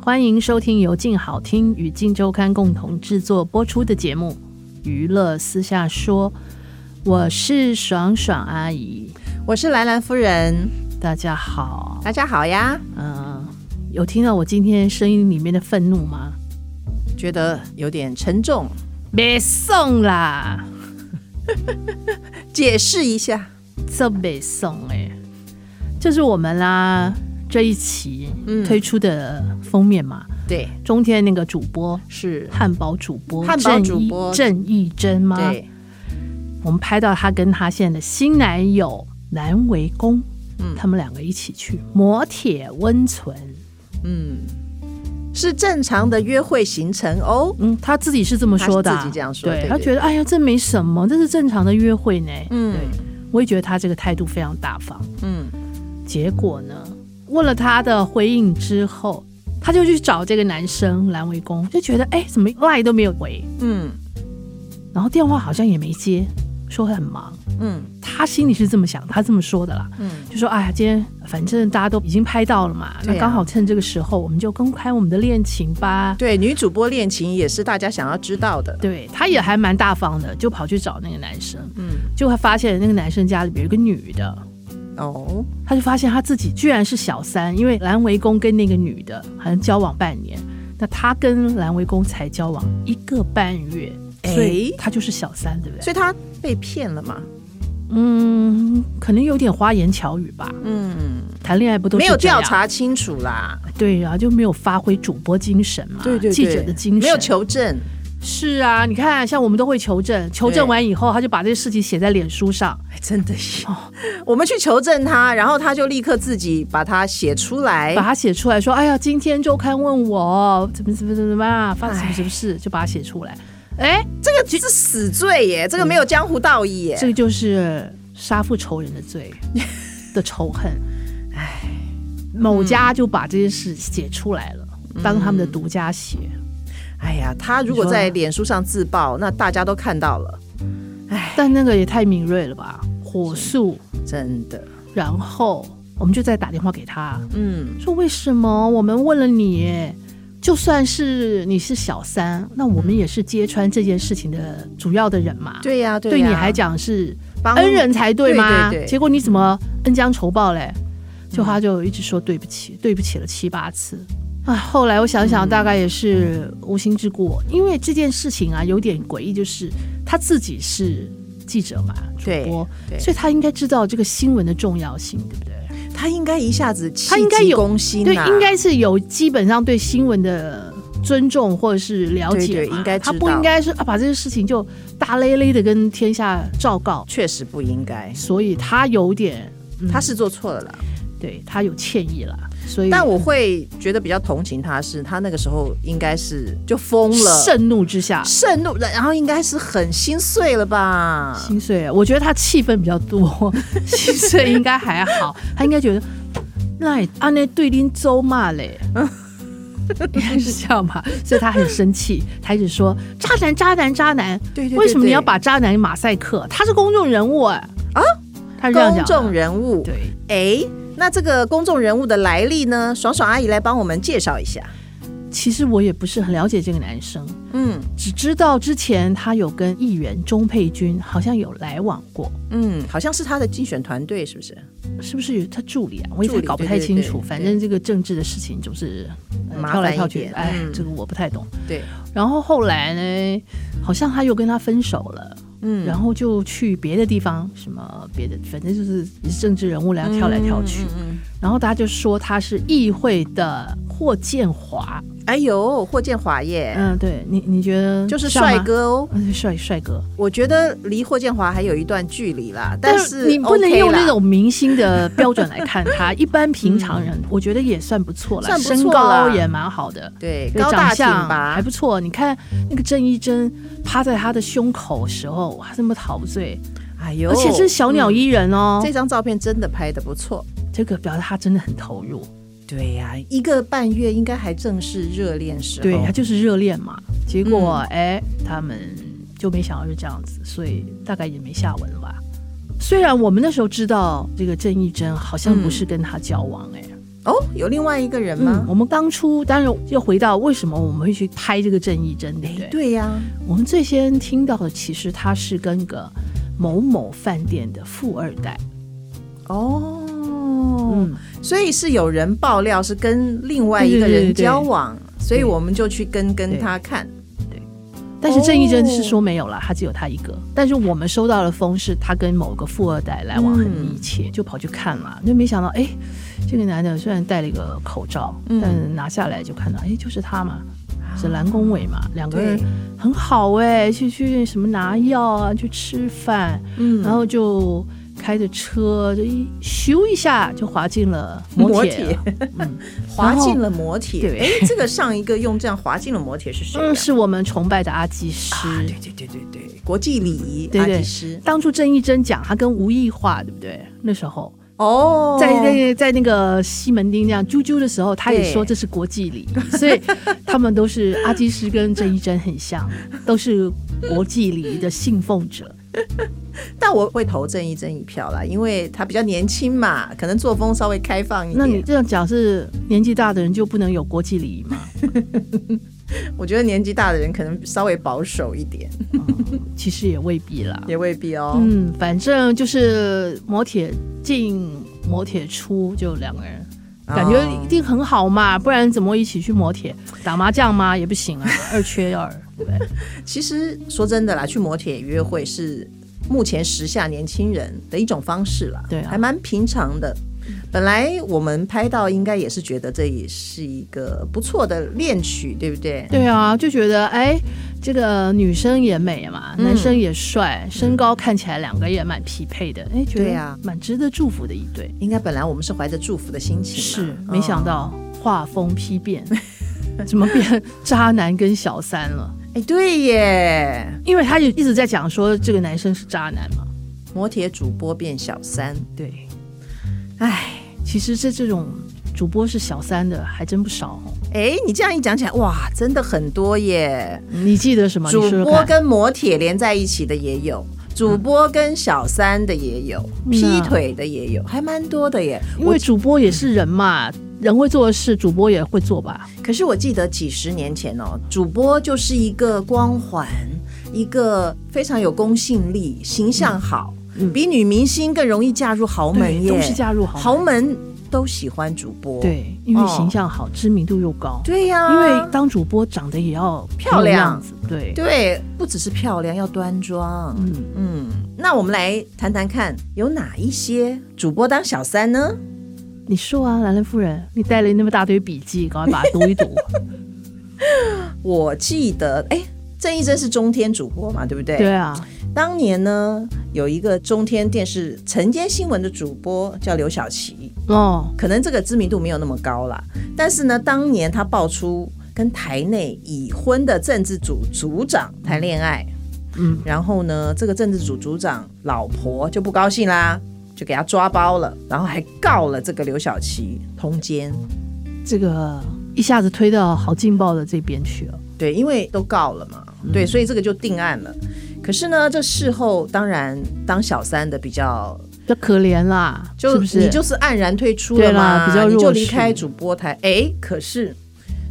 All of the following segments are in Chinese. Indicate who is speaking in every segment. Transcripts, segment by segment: Speaker 1: 欢迎收听由静好听与静周刊共同制作播出的节目《娱乐私下说》，我是爽爽阿姨，
Speaker 2: 我是兰兰夫人，
Speaker 1: 大家好。
Speaker 2: 大家好呀。
Speaker 1: 嗯、有听到我今天声音里面的愤怒吗？
Speaker 2: 觉得有点沉重，
Speaker 1: 别送啦！
Speaker 2: 解释一下。
Speaker 1: 这北送哎，就是我们啦这一期
Speaker 2: 嗯
Speaker 1: 推出的封面嘛，
Speaker 2: 对，
Speaker 1: 中天那个主播
Speaker 2: 是，
Speaker 1: 汉堡主播
Speaker 2: 汉堡主播
Speaker 1: 郑义郑义珍吗？
Speaker 2: 对，
Speaker 1: 我们拍到她跟她现在的新男友南维公，
Speaker 2: 嗯
Speaker 1: 他们两个一起去摩铁温存，
Speaker 2: 嗯，是正常的约会行程哦。
Speaker 1: 嗯，她自己是这么说的啊、
Speaker 2: 她自己这样说
Speaker 1: 对
Speaker 2: 对
Speaker 1: 她
Speaker 2: 对
Speaker 1: 觉得哎呀这没什么，这是正常的约会呢。
Speaker 2: 嗯
Speaker 1: 对，我也觉得她这个态度非常大方。
Speaker 2: 嗯，
Speaker 1: 结果呢，问了他的回应之后，他就去找这个男生蓝围公，就觉得哎，怎么赖都没有回，
Speaker 2: 嗯
Speaker 1: 然后电话好像也没接，说很忙。
Speaker 2: 嗯
Speaker 1: 他心里是这么想，他这么说的啦，
Speaker 2: 嗯，
Speaker 1: 就说哎呀，今天反正大家都已经拍到了嘛，
Speaker 2: 对啊
Speaker 1: 那刚好趁这个时候，我们就公开我们的恋情吧。
Speaker 2: 对，女主播恋情也是大家想要知道的。
Speaker 1: 对，他也还蛮大方的，就跑去找那个男生，
Speaker 2: 嗯，
Speaker 1: 就还发现那个男生家里边有一个女的，
Speaker 2: 哦，
Speaker 1: 他就发现他自己居然是小三，因为蓝维公跟那个女的好像交往半年，那他跟蓝维公才交往一个半月，
Speaker 2: 哎
Speaker 1: 所以他就是小三，对不对？
Speaker 2: 所以她被骗了嘛？
Speaker 1: 嗯，可能有点花言巧语吧。
Speaker 2: 嗯，
Speaker 1: 谈恋爱不都是
Speaker 2: 没有
Speaker 1: 这样
Speaker 2: 调？查清楚啦，
Speaker 1: 对啊，就没有发挥主播精神嘛，
Speaker 2: 对对对，
Speaker 1: 记者的精神
Speaker 2: 没有求证，
Speaker 1: 是啊，你看，像我们都会求证，求证完以后，他就把这些事情写在脸书上。
Speaker 2: 哎 真的是，我们去求证他，然后他就立刻自己把它写出来
Speaker 1: 把。它写出来，说：“哎呀，今天周刊问我怎么怎么怎么怎么啊，发生什么什么事，就把它写出来。”哎，
Speaker 2: 这个是死罪耶，这个没有江湖道义耶。
Speaker 1: 这个嗯就是杀父仇人的 罪的仇恨。
Speaker 2: 嗯
Speaker 1: 哎，某家就把这件事写出来了，当他们的独家写。
Speaker 2: 哎呀，他如果
Speaker 1: 你说
Speaker 2: 在脸书上自爆，那大家都看到了，
Speaker 1: 但那个也太敏锐了吧，火速。
Speaker 2: 真的。
Speaker 1: 然后我们就再打电话给他，
Speaker 2: 嗯
Speaker 1: 说为什么我们问了你，就算是你是小三，那我们
Speaker 2: 嗯
Speaker 1: 也是揭穿这件事情的主要的人嘛。，
Speaker 2: 对呀、对呀、
Speaker 1: 对你还讲是
Speaker 2: 帮
Speaker 1: 恩人才对吗？
Speaker 2: 对对对
Speaker 1: 结果你怎么恩将仇报嘞？就他就一直说对不起，对不起了七八次。啊，后来我想
Speaker 2: 嗯
Speaker 1: 想，大概也是无心之过，因为这件事情啊有点诡异，就是他自己是记者嘛，主
Speaker 2: 对
Speaker 1: 播，
Speaker 2: 对
Speaker 1: 所以他应该知道这个新闻的重要性，对不对？
Speaker 2: 他应该一下子气
Speaker 1: 他应该
Speaker 2: 急
Speaker 1: 有
Speaker 2: 攻心、啊，
Speaker 1: 对，应该是有基本上对新闻的尊重或者是了解嘛，
Speaker 2: 对对应该知
Speaker 1: 他
Speaker 2: 道
Speaker 1: 不应该是啊把这个事情就大咧咧的跟天下昭告，
Speaker 2: 确实不应该，
Speaker 1: 所以他有点
Speaker 2: 他是做错了啦。
Speaker 1: 对他有歉意啦，所以
Speaker 2: 但我会觉得比较同情他是，他那个时候应该是就疯了，
Speaker 1: 盛怒之下
Speaker 2: 盛怒，然后应该是很心碎了吧？
Speaker 1: 心碎，我觉得他气氛比较 多，心碎应该还好，他应该觉得那啊那对林周骂 嘞。应该是这样吧，所以他很生气，他一直说渣男渣男渣男，
Speaker 2: 对对对
Speaker 1: 为什么你要
Speaker 2: 对
Speaker 1: 把渣男马赛克？他是公众人物哎、
Speaker 2: 啊，
Speaker 1: 他是这样
Speaker 2: 公
Speaker 1: 讲的，
Speaker 2: 众人物，
Speaker 1: 对，
Speaker 2: 哎，那这个公众人物的来历呢？爽爽阿姨来帮我们介绍一下。
Speaker 1: 其实我也不是很了解这个男生，
Speaker 2: 嗯
Speaker 1: 只知道之前他有跟议员钟佩君好像有来往过，
Speaker 2: 嗯，好像是他的竞选团队，是不是？
Speaker 1: 是不是有他助理啊？我也
Speaker 2: 助理
Speaker 1: 搞不太清
Speaker 2: 对对
Speaker 1: 楚，
Speaker 2: 对
Speaker 1: 反正这个政治的事情总是、呃
Speaker 2: 麻烦
Speaker 1: 跳来跳
Speaker 2: 一
Speaker 1: 去，
Speaker 2: 点
Speaker 1: 哎，
Speaker 2: 嗯
Speaker 1: 这个我不太懂。
Speaker 2: 对，
Speaker 1: 然后后来呢，好像他又跟他分手了。
Speaker 2: 嗯
Speaker 1: 然后就去别的地方，什么别的，反正就是也是政治人物来跳来跳去。
Speaker 2: 嗯
Speaker 1: 然后大家就说他是议会的霍建华，
Speaker 2: 哎呦，霍建华耶，
Speaker 1: 嗯，对你你觉得
Speaker 2: 哎就是
Speaker 1: 像吗
Speaker 2: 帅，哥哦。
Speaker 1: 嗯帅帅哥，
Speaker 2: 我觉得离霍建华还有一段距离啦，但是
Speaker 1: 你不能
Speaker 2: OK
Speaker 1: 用
Speaker 2: 啦
Speaker 1: 那种明星的标准来看 他，一般平常人我觉得也算不错了，
Speaker 2: 嗯算不错
Speaker 1: 身高
Speaker 2: 啦
Speaker 1: 也蛮好的。
Speaker 2: 对
Speaker 1: 对
Speaker 2: 高大
Speaker 1: 长
Speaker 2: 挺
Speaker 1: 相还
Speaker 2: 拔
Speaker 1: 不，错，你看那个郑一珍趴在他的胸口的时候，哇，这么陶醉，
Speaker 2: 哎呦，
Speaker 1: 而且这是小鸟
Speaker 2: 嗯
Speaker 1: 依人哦，
Speaker 2: 这张照片真的拍的不错。
Speaker 1: 这个表示他真的很投入，
Speaker 2: 对呀、一个半月应该还正是热恋时候。
Speaker 1: 对他就是热恋嘛。结果
Speaker 2: 嗯
Speaker 1: 哎、他们就没想到是这样子，所以大概也没下文了吧。虽然我们那时候知道这个郑义珍好像不是
Speaker 2: 嗯
Speaker 1: 跟他交往哎、
Speaker 2: 哦，有另外一个人
Speaker 1: 嗯
Speaker 2: 吗，？
Speaker 1: 我们当初当然又回到为什么我们会去拍这个郑义珍，对
Speaker 2: 哎、
Speaker 1: 不对？
Speaker 2: 对呀、
Speaker 1: 我们最先听到的其实他是跟个某某饭店的富二代，
Speaker 2: 哦。
Speaker 1: 嗯，
Speaker 2: 所以是有人爆料是跟另外一个人交往，所以我们就去跟跟他看。
Speaker 1: 但是郑义珍是说没有啦，他只有他一个。但是我们收到的风是他跟某个富二代来往很密切，就跑去看了，就没想到哎，这个男的虽然戴了一个口罩，
Speaker 2: 嗯
Speaker 1: 但拿下来就看到哎，就是他嘛，是蓝宫伟嘛，两个人
Speaker 2: 对
Speaker 1: 很好哎、去去什么拿药啊，去吃饭，
Speaker 2: 嗯
Speaker 1: 然后就开着车就一咻一下就滑进了摩
Speaker 2: 摩
Speaker 1: 铁了，嗯，
Speaker 2: 滑进了摩铁。
Speaker 1: 对
Speaker 2: 哎，这个上一个用这样滑进了摩铁是谁呀、
Speaker 1: 嗯，是我们崇拜的阿基师。
Speaker 2: 啊对对对对对，国际礼仪
Speaker 1: 对
Speaker 2: 阿
Speaker 1: 对
Speaker 2: 基师。
Speaker 1: 当初郑义珍讲他跟吴亦华，对不对？那时候
Speaker 2: 哦，
Speaker 1: 在那个在那个西门町这样啾啾的时候，他也说这是国际礼仪，所以他们都是阿基师跟郑义珍很像，都是国际礼仪的信奉者。
Speaker 2: 但我会投郑一真一票啦，因为他比较年轻嘛，可能作风稍微开放一点。
Speaker 1: 那你这样讲是年纪大的人就不能有国际礼仪吗？
Speaker 2: 我觉得年纪大的人可能稍微保守一点，
Speaker 1: 嗯其实也未必啦。
Speaker 2: 也未必哦。
Speaker 1: 嗯，反正就是摩铁进摩铁出就两个人。感觉一定很好嘛，不然怎么一起去摩铁打麻将吗？也不行啊，二缺二，对不对？
Speaker 2: 其实说真的啦，去摩铁约会是目前时下年轻人的一种方式啦，
Speaker 1: 对啊
Speaker 2: 还蛮平常的。本来我们拍到应该也是觉得这也是一个不错的恋曲，对不对？
Speaker 1: 对啊，就觉得哎，这个女生也美嘛，
Speaker 2: 嗯
Speaker 1: 男生也帅，身高看起来两个也蛮匹配的，哎，觉
Speaker 2: 对
Speaker 1: 得
Speaker 2: 啊
Speaker 1: 蛮值得祝福的一对。
Speaker 2: 应该本来我们是怀着祝福的心情嘛，
Speaker 1: 是，
Speaker 2: 嗯
Speaker 1: 没想到画风批变， 怎么变渣男跟小三了？
Speaker 2: 哎，对耶，
Speaker 1: 因为他就一直在讲说这个男生是渣男嘛，
Speaker 2: 摩铁主播变小三，
Speaker 1: 对。
Speaker 2: 哎。
Speaker 1: 其实这这种主播是小三的还真不少哦。
Speaker 2: 哎，你这样一讲起来，哇，真的很多耶！
Speaker 1: 你记得什哦么？你说
Speaker 2: 主
Speaker 1: 说
Speaker 2: 播
Speaker 1: 看嗯
Speaker 2: 跟摩铁连在一起的也有，主播跟小三的也有，劈腿的也有，还蛮多的耶。
Speaker 1: 啊因为主播也是人嘛，人会做的事，主播也会做吧。
Speaker 2: 可是我记得几十年前哦，主播就是一个光环，一个非常有公信力，形象好，
Speaker 1: 嗯
Speaker 2: 比女明星更容易嫁入豪门耶。
Speaker 1: 都是嫁入豪门
Speaker 2: 豪门都喜欢主播，
Speaker 1: 对，因为
Speaker 2: 哦
Speaker 1: 形象好，知名度又高。
Speaker 2: 对呀、
Speaker 1: 因为当主播长得也要
Speaker 2: 漂亮
Speaker 1: 样子，对，
Speaker 2: 对，不只是漂亮，要端庄。
Speaker 1: 嗯，
Speaker 2: 嗯，那我们来谈谈看，有哪一些主播当小三呢？
Speaker 1: 你说啊，兰兰夫人，你带了那么大堆笔记，赶快把它读一读。
Speaker 2: 我记得，哎，郑义珍是中天主播嘛， 对不对？
Speaker 1: 对。啊，
Speaker 2: 当年呢，有一个中天电视晨间新闻的主播叫刘晓琪，
Speaker 1: 哦，
Speaker 2: 可能这个知名度没有那么高啦，但是呢，当年她爆出跟台内已婚的政治组组长谈恋爱，
Speaker 1: 嗯，
Speaker 2: 然后呢，这个政治组组长老婆就不高兴啦。就给他抓包了，然后还告了这个刘晓琪通奸。
Speaker 1: 这个一下子推到好劲爆的这边去了。
Speaker 2: 对，因为都告了嘛，
Speaker 1: 嗯
Speaker 2: 对，所以这个就定案了。可是呢，这事后当然当小三的比较，
Speaker 1: 这可怜啦，
Speaker 2: 就是
Speaker 1: 不是？
Speaker 2: 你就是黯然退出
Speaker 1: 对
Speaker 2: 了
Speaker 1: 啦
Speaker 2: 嘛，
Speaker 1: 比较
Speaker 2: 你
Speaker 1: 弱
Speaker 2: 就
Speaker 1: 势
Speaker 2: 离开主播台。哎，可是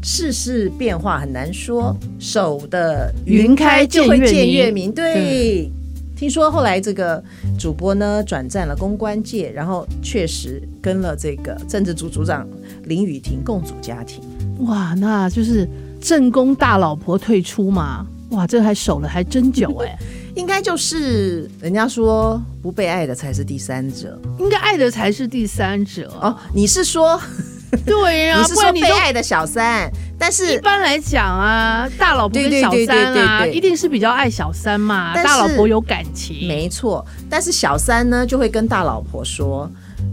Speaker 2: 世事变化很难说，手的
Speaker 1: 云开
Speaker 2: 就会
Speaker 1: 见月
Speaker 2: 见月
Speaker 1: 明
Speaker 2: 明。对，听说后来这个主播呢转战了公关界，然后确实跟了这个政治组组长林雨婷共组家庭。
Speaker 1: 哇，那就是正宫大老婆退出嘛。哇，这还守了还真久哎、
Speaker 2: 应该就是人家说不被爱的才是第三者哦
Speaker 1: 应该爱的才是第三者。
Speaker 2: 哦。你是说
Speaker 1: 对呀、
Speaker 2: 你
Speaker 1: 啊，不
Speaker 2: 是说
Speaker 1: 然你
Speaker 2: 被
Speaker 1: 都
Speaker 2: 爱的小三，但
Speaker 1: 一
Speaker 2: 是
Speaker 1: 般来讲啊，大老婆跟小
Speaker 2: 对对对
Speaker 1: 三
Speaker 2: 对
Speaker 1: 啊，
Speaker 2: 对对
Speaker 1: 一定是比较爱小三嘛。
Speaker 2: 但是
Speaker 1: 大老婆有感情，
Speaker 2: 没错，但是小三呢就会跟大老婆说：“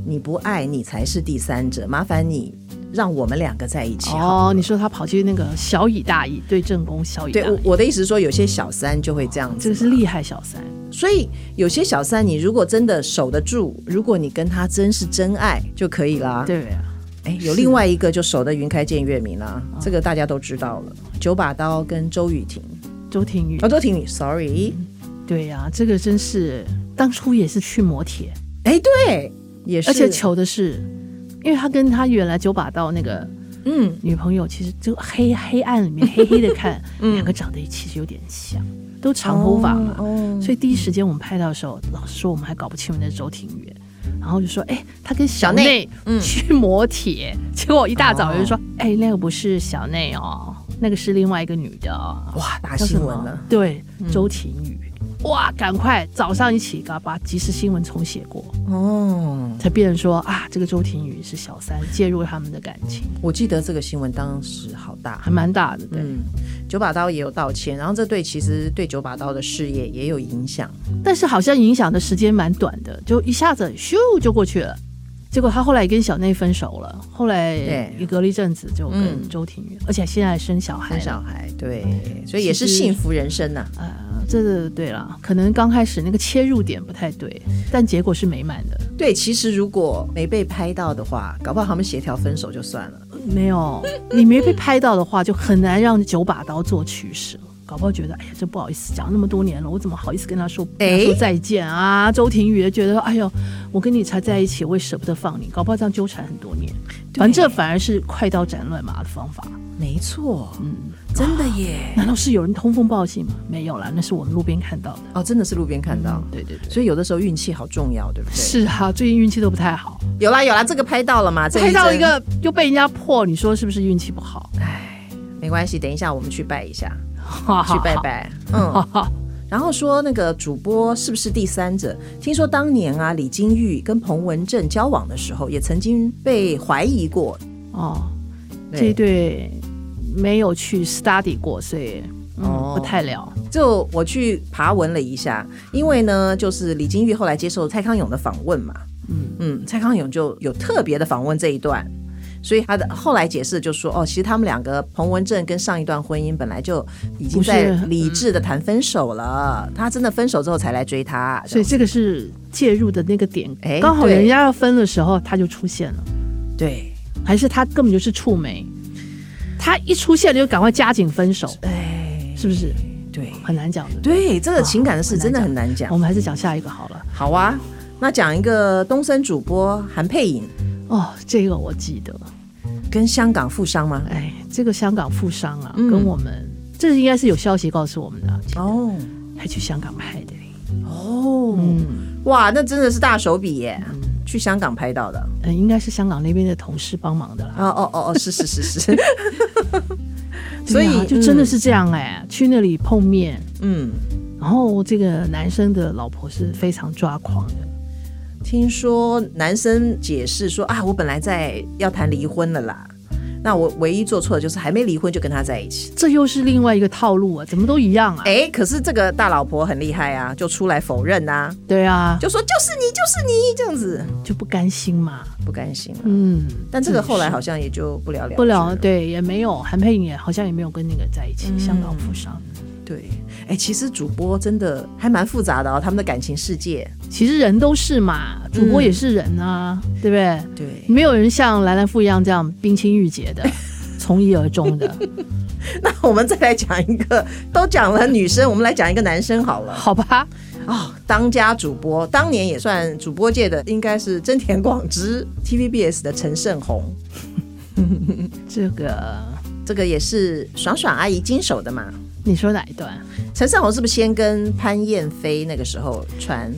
Speaker 2: 你不爱你才是第三者，麻烦你让我们两个在一起好了。
Speaker 1: 哦，你说他跑去那个小以大义对正宫小以大
Speaker 2: 对，我
Speaker 1: 义，
Speaker 2: 我的意思是说，有些小三就会这样
Speaker 1: 这
Speaker 2: 子
Speaker 1: 个是
Speaker 2: 嘛，
Speaker 1: 厉害小三。
Speaker 2: 所以有些小三，你如果真的守得住，如果你跟他真是真爱就可以啦。
Speaker 1: 对啊，
Speaker 2: 哎，有
Speaker 1: 是哦
Speaker 2: 另外一个就守得云开见月明啦，这个大家都知道了。九把刀跟周雨婷，
Speaker 1: 周庭宇
Speaker 2: 哦，，周婷宇，sorry，
Speaker 1: 嗯对呀、这个真是当初也是去磨铁，
Speaker 2: 哎，对，也是，
Speaker 1: 而且糗的是，因为他跟他原来九把刀那个
Speaker 2: 嗯，
Speaker 1: 女朋友，其实就黑黑暗里 面黑黑的看，
Speaker 2: 嗯
Speaker 1: 两个长得其实有点像，都长头发嘛。
Speaker 2: 哦
Speaker 1: 所以第一时间我们拍到的时候，老师说我们还搞不清楚那是周庭宇，然后就说，哎、他跟小内
Speaker 2: 嗯哦
Speaker 1: 去磨铁，结果我一大早就说，哎、那个不是小内哦，那个是另外一个女的哦，
Speaker 2: 哇，大
Speaker 1: 叫什
Speaker 2: 新
Speaker 1: 么
Speaker 2: 闻啊嗯了，
Speaker 1: 对，周庭宇。哇！赶快早上一起，嘎把即时新闻重写过，
Speaker 2: 哦，
Speaker 1: 才变成说啊，这个周庭宇是小三介入他们的感情，
Speaker 2: 我记得这个新闻当时好大。
Speaker 1: 还蛮大的，对。
Speaker 2: 嗯，九把刀也有道歉，然后这对其实对九把刀的事业也有影响。
Speaker 1: 但是好像影响的时间蛮短的，就一下子咻就过去了。结果他后来也跟小内分手了，后来
Speaker 2: 对
Speaker 1: 也隔了一阵子就跟
Speaker 2: 嗯
Speaker 1: 周庭宇，而且现在生小孩
Speaker 2: 生
Speaker 1: 了。
Speaker 2: 小孩，对，所以也是
Speaker 1: 哎其实
Speaker 2: 幸福人生呐、
Speaker 1: 呃，这个对了，可能刚开始那个切入点不太对，但结果是美满的。
Speaker 2: 对，其实如果没被拍到的话，搞不好他们协调分手就算了。
Speaker 1: 没有，你没被拍到的话，就很难让九把刀做取舍。搞不好觉得，哎呀，这不好意思，讲那么多年了，我怎么好意思跟他说跟他说
Speaker 2: 哎
Speaker 1: 再见啊？周庭宇也觉得，哎呦，我跟你才在一起，我也舍不得放你，搞不好这样纠缠很多年。反正这反而是快刀斩乱麻的方法。
Speaker 2: 没错，嗯，真的耶。
Speaker 1: 难道是有人通风报信吗？没有啦，那是我们路边看到的。
Speaker 2: 哦，真的是路边看到，
Speaker 1: 对对对，
Speaker 2: 所以有的时候运气好重要，对不对？
Speaker 1: 嗯是啊，最近运气都不太好，
Speaker 2: 有啦有啦，这个拍到了嘛？这
Speaker 1: 拍到一
Speaker 2: 针，
Speaker 1: 个又被人家破，你说是不是运气不 好？
Speaker 2: 没关系，等一下我们去拜一下，
Speaker 1: 哈
Speaker 2: 去拜
Speaker 1: 哈。
Speaker 2: 拜。
Speaker 1: 哦
Speaker 2: 嗯，然后说那个主播是不是第三者？听说当年啊，李金玉跟彭文正交往的时候，也曾经被怀疑过。
Speaker 1: 哦，这一对没有去 study 过，所以、嗯
Speaker 2: 哦
Speaker 1: 不太了。
Speaker 2: 就我去爬文了一下，因为呢，就是李金玉后来接受蔡康永的访问嘛，
Speaker 1: 嗯
Speaker 2: 嗯，蔡康永就有特别的访问这一段，所以他的后来解释就说，哦，其实他们两个彭文正跟上一段婚姻本来就已经
Speaker 1: 不是嗯
Speaker 2: 在理智的谈分手了，他真的分手之后才来追他，
Speaker 1: 所以这个是介入的那个点
Speaker 2: 哎，
Speaker 1: 刚好
Speaker 2: 对
Speaker 1: 人家要分的时候，他就出现了，
Speaker 2: 对，
Speaker 1: 还是他根本就是触媒，他一出现就赶快加紧分手，
Speaker 2: 哎，
Speaker 1: 是不是
Speaker 2: 对
Speaker 1: 很难讲的？
Speaker 2: 对，这个情感的事
Speaker 1: 哇
Speaker 2: 真的很
Speaker 1: 很
Speaker 2: 难讲
Speaker 1: 我。们还是讲下一个好了。
Speaker 2: 好啊，那讲一个东森主播韩佩颖
Speaker 1: 哦，这个我记得，
Speaker 2: 跟香港富商吗？
Speaker 1: 哎，这个香港富商啊，
Speaker 2: 嗯
Speaker 1: 跟我们这应该是有消息告诉我们的啊，
Speaker 2: 哦
Speaker 1: 还去香港拍的嘞。
Speaker 2: 哦，
Speaker 1: 嗯
Speaker 2: 哇，那真的是大手笔耶，去香港拍到的。
Speaker 1: 嗯，应该是香港那边的同事帮忙的啦。
Speaker 2: 哦哦哦哦，是是是是，
Speaker 1: 对啊
Speaker 2: 所以
Speaker 1: 就真的是这样哎、去那里碰面，
Speaker 2: 嗯。
Speaker 1: 然后这个男生的老婆是非常抓狂的，
Speaker 2: 听说男生解释说啊，我本来在要谈离婚了啦，那我唯一做错的就是还没离婚就跟他在一起。
Speaker 1: 这又是另外一个套路啊，怎么都一样啊？
Speaker 2: 哎，可是这个大老婆很厉害啊，就出来否认啊，
Speaker 1: 对啊，
Speaker 2: 就说就是你，就是你这样子，
Speaker 1: 就不甘心嘛，
Speaker 2: 不甘心了。
Speaker 1: 嗯。
Speaker 2: 但这个后来
Speaker 1: 是
Speaker 2: 好像也就不了了之
Speaker 1: 不了，对，也没有韩佩颖也好像也没有跟那个在一起，
Speaker 2: 啊嗯
Speaker 1: 香港富商。
Speaker 2: 对，哎，其实主播真的还蛮复杂的哦，他们的感情世界。
Speaker 1: 其实人都是嘛，主播也是人啊，
Speaker 2: 嗯
Speaker 1: 对不对？
Speaker 2: 对，
Speaker 1: 没有人像兰兰富一样这样冰清玉洁 的，从一而终的，
Speaker 2: 那我们再来讲一个，都讲了女生，我们来讲一个男生好了。
Speaker 1: 好吧？
Speaker 2: 哦，当家主播，当年也算主播界的，应该是真田广之 TVBS 的陈胜宏，
Speaker 1: 这个
Speaker 2: 这个也是爽爽阿姨经手的嘛。
Speaker 1: 你说哪一段？
Speaker 2: 陈胜宏是不是先跟潘燕飞那个时候传？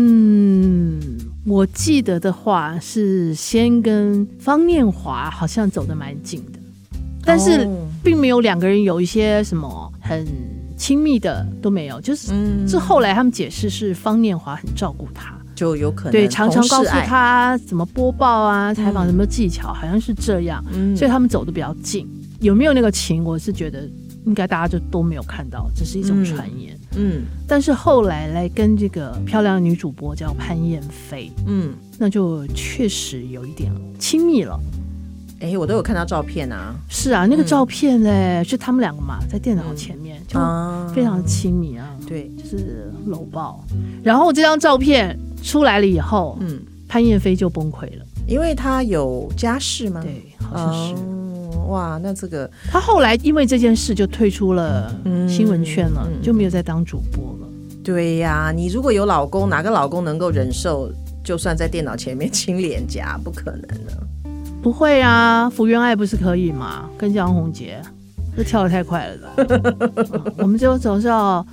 Speaker 1: 嗯，我记得的话是先跟方念华好像走得蛮近的，但是
Speaker 2: 哦
Speaker 1: 并没有两个人有一些什么很亲密的都没有，就是
Speaker 2: 嗯
Speaker 1: 这后来他们解释是方念华很照顾他，
Speaker 2: 就有可能
Speaker 1: 对，常常告诉
Speaker 2: 同事爱，
Speaker 1: 他怎么播报啊，采访什么技巧，好像是这样，
Speaker 2: 嗯
Speaker 1: 所以他们走的比较近。有没有那个情，我是觉得应该大家就都没有看到，只是一种
Speaker 2: 嗯
Speaker 1: 传言。
Speaker 2: 嗯
Speaker 1: 但是后来来跟这个漂亮女主播叫潘燕飞，
Speaker 2: 嗯，
Speaker 1: 那就确实有一点亲密了。
Speaker 2: 哎、我都有看到照片啊，
Speaker 1: 是啊，那个
Speaker 2: 嗯
Speaker 1: 照片嘞，是他们两个嘛，在电脑前面、
Speaker 2: 啊
Speaker 1: 就非常亲密啊，
Speaker 2: 对，
Speaker 1: 就是搂抱。然后这张照片出来了以后，
Speaker 2: 嗯，
Speaker 1: 潘燕飞就崩溃了。
Speaker 2: 因为他有家室吗？，
Speaker 1: 对，好像是。
Speaker 2: 嗯哦、哇，那这个
Speaker 1: 他后来因为这件事就退出了
Speaker 2: 嗯
Speaker 1: 新闻圈了，
Speaker 2: 嗯
Speaker 1: 就没有再当主播了。
Speaker 2: 对呀、你如果有老公，哪个老公能够忍受？就算在电脑前面亲脸颊，不可能的。
Speaker 1: 不会啊，福原爱不是可以吗？跟江宏杰，这跳的太快了吧、 嗯我们就总是要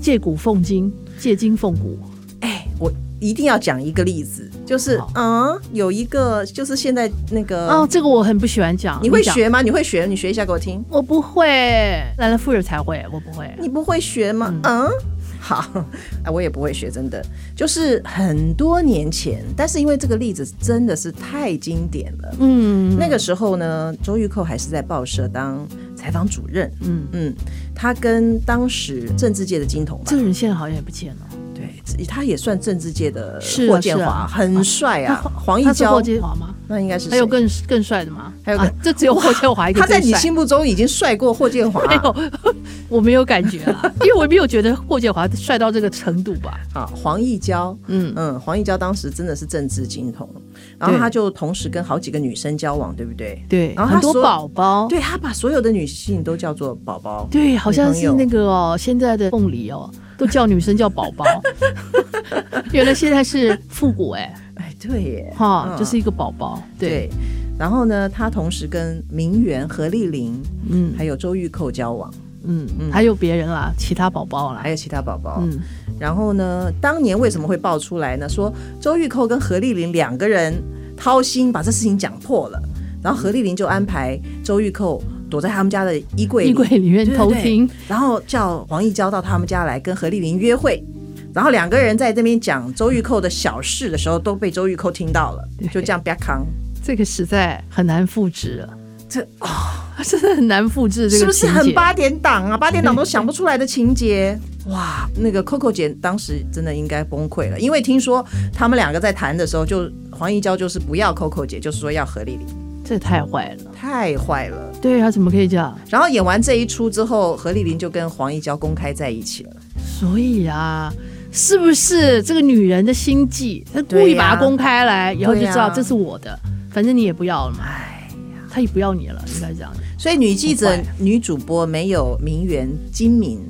Speaker 1: 借古奉今，借今奉古。
Speaker 2: 哎，我一定要讲一个例子，就是
Speaker 1: 好
Speaker 2: 嗯，有一个就是现在那个，
Speaker 1: 哦，这个我很不喜欢讲。
Speaker 2: 嗯你会
Speaker 1: 讲？
Speaker 2: 学吗？你会学？你学一下给我听。
Speaker 1: 我不会，来了富人才会，我不会。
Speaker 2: 你不会学吗？嗯， 好，啊，我也不会学，真的，就是很多年前，但是因为这个例子真的是太经典了。
Speaker 1: 嗯
Speaker 2: 那个时候呢，周玉蔻还是在报社当采访主任。
Speaker 1: 嗯，
Speaker 2: 嗯，他跟当时政治界的金童吧
Speaker 1: 这，个人现在好像也不哦见了。
Speaker 2: 对，他也算政治界的
Speaker 1: 是啊
Speaker 2: 霍建华，
Speaker 1: 是啊
Speaker 2: 很帅啊，黄义
Speaker 1: 他是
Speaker 2: 交
Speaker 1: 霍，建华吗？
Speaker 2: 那应该是谁
Speaker 1: 还有更更帅的吗？
Speaker 2: 还有更
Speaker 1: 啊，这只有霍建华一个
Speaker 2: 他
Speaker 1: 更帅。
Speaker 2: 在你心目中已经帅过霍建华。
Speaker 1: 没有，我没有感觉啊，因为我没有觉得霍建华帅到这个程度吧。
Speaker 2: 啊，黄义交，
Speaker 1: 嗯
Speaker 2: 嗯，黄义交当时真的是政治金童，然后
Speaker 1: 对
Speaker 2: 他就同时跟好几个女生交往，对不对？
Speaker 1: 对，
Speaker 2: 然后他
Speaker 1: 很多
Speaker 2: 说
Speaker 1: 宝宝。
Speaker 2: 对他把所有的女性都叫做宝宝，
Speaker 1: 哦对，好像
Speaker 2: 女
Speaker 1: 是
Speaker 2: 朋友
Speaker 1: 那个哦，现在的凤梨哦，都叫女生叫宝 宝。原来现在是复古哎、
Speaker 2: 哎，对耶，
Speaker 1: 哈，
Speaker 2: 嗯
Speaker 1: 就是一个宝宝。对，
Speaker 2: 对。然后呢，他同时跟名媛何丽玲
Speaker 1: 嗯
Speaker 2: 还有周玉蔻交往，
Speaker 1: 嗯还有别人啦，其他宝宝啦
Speaker 2: 还。有其他宝宝。
Speaker 1: 嗯，
Speaker 2: 然后呢，当年为什么会爆出来呢？说周玉蔻跟何丽玲两个人掏心把这事情讲破了，然后何丽玲就安排周玉蔻躲在他们家的衣柜里
Speaker 1: 衣柜里面
Speaker 2: 对对
Speaker 1: 偷
Speaker 2: 对
Speaker 1: 听，
Speaker 2: 然后叫黄义娇到他们家来跟何丽玲约会，然后两个人在这边讲周玉蔻的小事的时候，都被周玉蔻听到了，就这样啪康，
Speaker 1: 这个实在很难复制了。
Speaker 2: 这
Speaker 1: 啊， 真的很难复制这
Speaker 2: 是
Speaker 1: 个
Speaker 2: 不是
Speaker 1: 情
Speaker 2: 很
Speaker 1: 节
Speaker 2: 八点档啊？八点档都想不出来的情节。哇，那个 Coco 姐当时真的应该崩溃了，因为听说他们两个在谈的时候就，黄义娇就是不要 Coco 姐，就是说要何丽玲，
Speaker 1: 这太坏了。
Speaker 2: 太坏了。
Speaker 1: 对啊，怎么可以这样？
Speaker 2: 然后演完这一出之后，何丽玲就跟黄义娇公开在一起了。
Speaker 1: 所以啊，是不是这个女人的心计？她故
Speaker 2: 对
Speaker 1: 意
Speaker 2: 呀
Speaker 1: 把它公开来，以后就
Speaker 2: 对呀
Speaker 1: 知道这是我的，反正你也不要了嘛。她也不要你了，应该这样。
Speaker 2: 所以女记者
Speaker 1: 很坏、
Speaker 2: 女主播没有名媛精明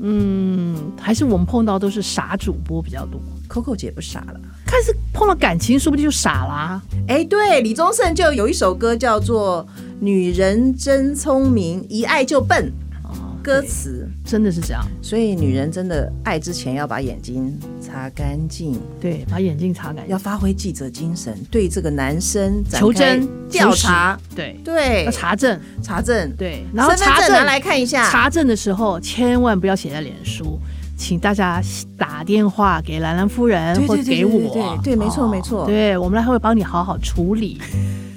Speaker 1: 嗯，还是我们碰到都是傻主播比较多，
Speaker 2: ，Coco 姐不傻了。
Speaker 1: 嗯开始碰到感情，说不定就傻啦。
Speaker 2: 哎，对，李宗盛就有一首歌叫做《女人真聪明，一爱就笨》，
Speaker 1: 啊，
Speaker 2: 歌
Speaker 1: 对
Speaker 2: 词。
Speaker 1: 真的是这样。
Speaker 2: 所以女人真的爱之前要把眼睛擦干净，
Speaker 1: 对，把眼睛擦干净
Speaker 2: 要，发挥记者精神，对这个男生展开
Speaker 1: 求真
Speaker 2: 调查，
Speaker 1: 对，
Speaker 2: 对
Speaker 1: 要查证，
Speaker 2: 查证，
Speaker 1: 对， 然后
Speaker 2: 身份
Speaker 1: 查
Speaker 2: 证
Speaker 1: 证
Speaker 2: 拿来看一下。
Speaker 1: 查证的时候，千万不要写在脸书，请大家打电话给兰兰夫人
Speaker 2: 对
Speaker 1: 或
Speaker 2: 对对
Speaker 1: 给
Speaker 2: 对对
Speaker 1: 我
Speaker 2: 对。对没错
Speaker 1: 哦
Speaker 2: 没错
Speaker 1: 对我们还会帮你好好处理。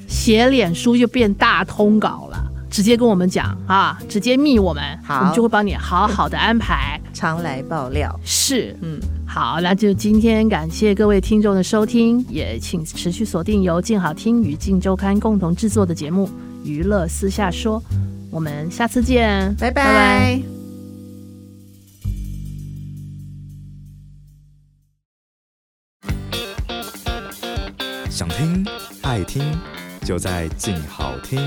Speaker 1: 写脸书就变大通稿了，直接跟我们讲啊，直接密我们，
Speaker 2: 好
Speaker 1: 我们就会帮你好好的安排。
Speaker 2: 常来爆料，
Speaker 1: 是，
Speaker 2: 嗯，
Speaker 1: 好，那就今天感谢各位听众的收听，也请持续锁定由静好听与静周刊共同制作的节目《娱乐私下说》，我们下次见，
Speaker 2: 拜拜
Speaker 3: 想听爱听，就在静好听。